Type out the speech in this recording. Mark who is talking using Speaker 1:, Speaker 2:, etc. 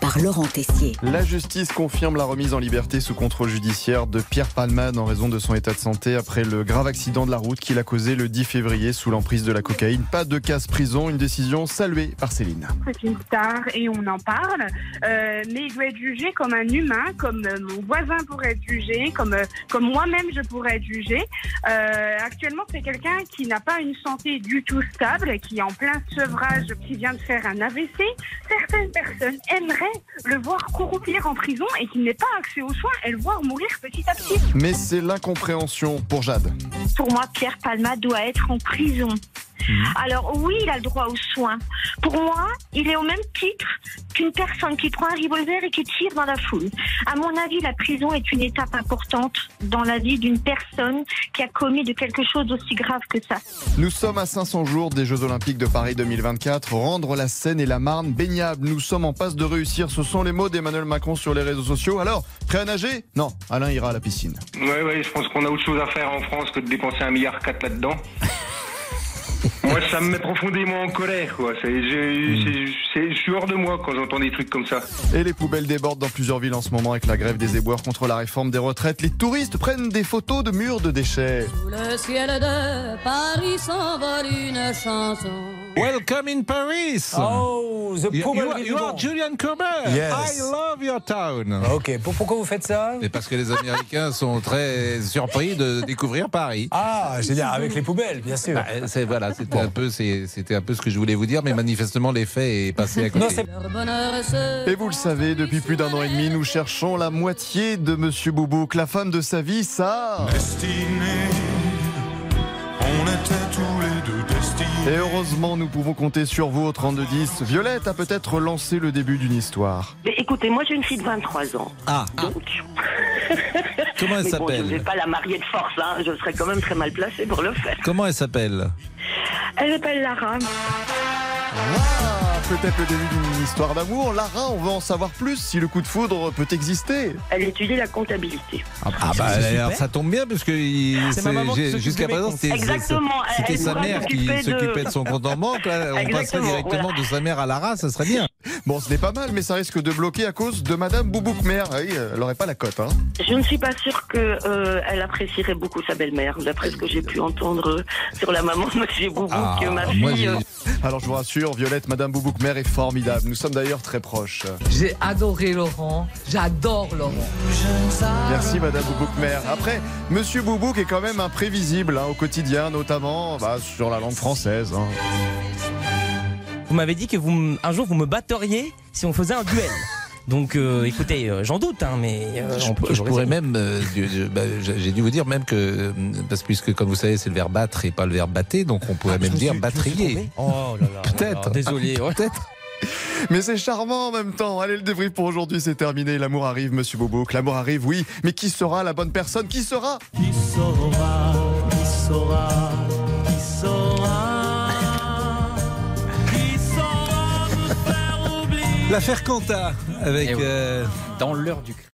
Speaker 1: par Laurent Tessier.
Speaker 2: La justice confirme la remise en liberté sous contrôle judiciaire de Pierre Palman en raison de son état de santé après le grave accident de la route qu'il a causé le 10 février sous l'emprise de la cocaïne. Pas de casse prison, une décision saluée par Céline.
Speaker 3: C'est une star et on en parle, euh, mais il doit être jugé comme un humain, comme euh, mon voisin pourrait être jugé, comme, euh, comme moi-même je pourrais être jugé. actuellement, c'est quelqu'un qui n'a pas une santé du tout stable, qui est en plein sevrage, qui vient de faire un AVC. Certaines personnes aimeraient le voir corrompir en prison et qu'il n'ait pas accès aux soins et le voir mourir petit à petit.
Speaker 2: Mais c'est l'incompréhension pour Jade.
Speaker 4: Pour moi, Pierre Palma doit être en prison.
Speaker 5: Mhm.
Speaker 4: Alors oui, il a le droit aux soins. Pour moi, il est au même titre qu'une personne qui prend un revolver et qui tire dans la foule. À mon avis, la prison est une étape importante dans la vie d'une personne qui a commis de quelque chose d'aussi grave que ça.
Speaker 2: Nous sommes à 500 jours des Jeux Olympiques de Paris 2024. Rendre la Seine et la Marne baignables. Nous sommes en passe de réussir. Ce sont les mots d'Emmanuel Macron sur les réseaux sociaux. Alors, prêt à nager Non, Alain ira à la piscine.
Speaker 6: Ouais, ouais, je pense qu'on a autre chose à faire en France que de dépenser un milliard quatre là-dedans. Moi, ça me met profondément en colère, quoi. C'est- Je c'est- c'est- je suis hors de moi quand j'entends des trucs comme ça.
Speaker 2: Et les poubelles débordent dans plusieurs villes en ce moment avec la grève des éboueurs contre la réforme des retraites. Les touristes prennent des photos de murs de déchets.
Speaker 7: Le ciel de Paris s'envole une chanson.
Speaker 5: Welcome in Paris.
Speaker 8: Oh, the
Speaker 5: You,
Speaker 8: poubelle
Speaker 5: you are- you are Julian Courbet.
Speaker 8: Yes.
Speaker 5: I love your town.
Speaker 8: Ok, pour- pourquoi vous faites ça
Speaker 5: Et parce que les Américains sont très surpris de découvrir Paris.
Speaker 8: Ah, je veux dire, avec les poubelles, bien sûr.
Speaker 5: Bah, c'est voilà, c'était un peu, c'est- c'était un peu ce que je voulais vous dire, mais manifestement l'effet est passé à côté.
Speaker 8: Non, c'est-
Speaker 7: Leur bonheur se
Speaker 2: Et vous le savez, depuis plus d'un an et demi, nous cherchons la moitié de Monsieur Boubouk, la femme de sa vie, ça. Et heureusement, nous pouvons compter sur vous au 3210. Violette a peut-être lancé le début d'une histoire.
Speaker 9: Mais écoutez, moi j'ai une fille de 23 ans.
Speaker 5: Ah,
Speaker 9: Donc,
Speaker 5: comment elle
Speaker 9: mais bon, je ne vais
Speaker 5: s'appelle
Speaker 9: pas la marier de force, hein. je serais quand même très mal placée pour le faire.
Speaker 5: Comment elle s'appelle
Speaker 4: Elle s'appelle Lara.
Speaker 2: Ah, peut-être le début d'une histoire d'amour. Lara, on veut en savoir plus si le coup de foudre peut exister.
Speaker 9: Elle étudie la comptabilité.
Speaker 5: Ah bah alors, ça tombe bien parce que il-
Speaker 8: C'est ma maman
Speaker 5: c'est-
Speaker 8: qui s'occupe
Speaker 5: jusqu'à
Speaker 8: des
Speaker 5: présent
Speaker 8: comptes.
Speaker 5: c'était
Speaker 9: Exactement, elle-
Speaker 5: c'était
Speaker 9: elle
Speaker 5: sa
Speaker 9: pourra
Speaker 5: mère qui
Speaker 9: s'occuper de-
Speaker 5: s'occupait de... son compte en banque. là. on passerait
Speaker 9: Exactement,
Speaker 5: directement de sa mère à Lara, ça serait bien.
Speaker 2: Bon, ce n'est pas mal, mais ça risque de bloquer à cause de Madame Boubouk-Mère. Oui, elle n'aurait pas la cote, hein.
Speaker 9: Je ne suis pas sûre qu'elle apprécierait beaucoup sa belle-mère, d'après ce que j'ai pu entendre euh, sur la maman de M. Boubou,
Speaker 5: Ah,
Speaker 9: que ma
Speaker 5: moi,
Speaker 9: fille...
Speaker 5: j'ai-
Speaker 9: euh,
Speaker 2: Alors je vous rassure, Violette, Madame Boubouk-Mère est formidable. Nous sommes d'ailleurs très proches.
Speaker 10: J'ai adoré Laurent. J'adore Laurent.
Speaker 2: Merci Madame Boubouk-Mère. Après, Monsieur Boubouk est quand même imprévisible hein, au quotidien, notamment bah, sur la langue française. hein.
Speaker 10: Vous m'avez dit que vous, m- un jour vous me batteriez si on faisait un duel. Donc euh, écoutez, euh, j'en doute, hein, mais euh,
Speaker 5: Je,
Speaker 10: on peut-
Speaker 5: je
Speaker 10: j'aurais-
Speaker 5: pourrais même, euh, je- je- bah, j'ai j'ai dû vous dire même que, euh, parce que puisque comme vous savez c'est le verbe battre et pas le verbe batté, donc on
Speaker 10: Ah,
Speaker 5: pourrait même dire battrier.
Speaker 10: Oh là là.
Speaker 5: Peut-être.
Speaker 10: alors, Désolé. ouais.
Speaker 5: Peut-être.
Speaker 2: Mais c'est charmant en même temps. Allez, le débrief pour aujourd'hui, c'est terminé. L'amour arrive, Monsieur Boubouk. L'amour arrive, oui. Mais qui sera la bonne personne Qui sera
Speaker 5: L'affaire Quentin avec.
Speaker 10: Eh oui.
Speaker 5: euh,
Speaker 10: Dans l'heure du crime.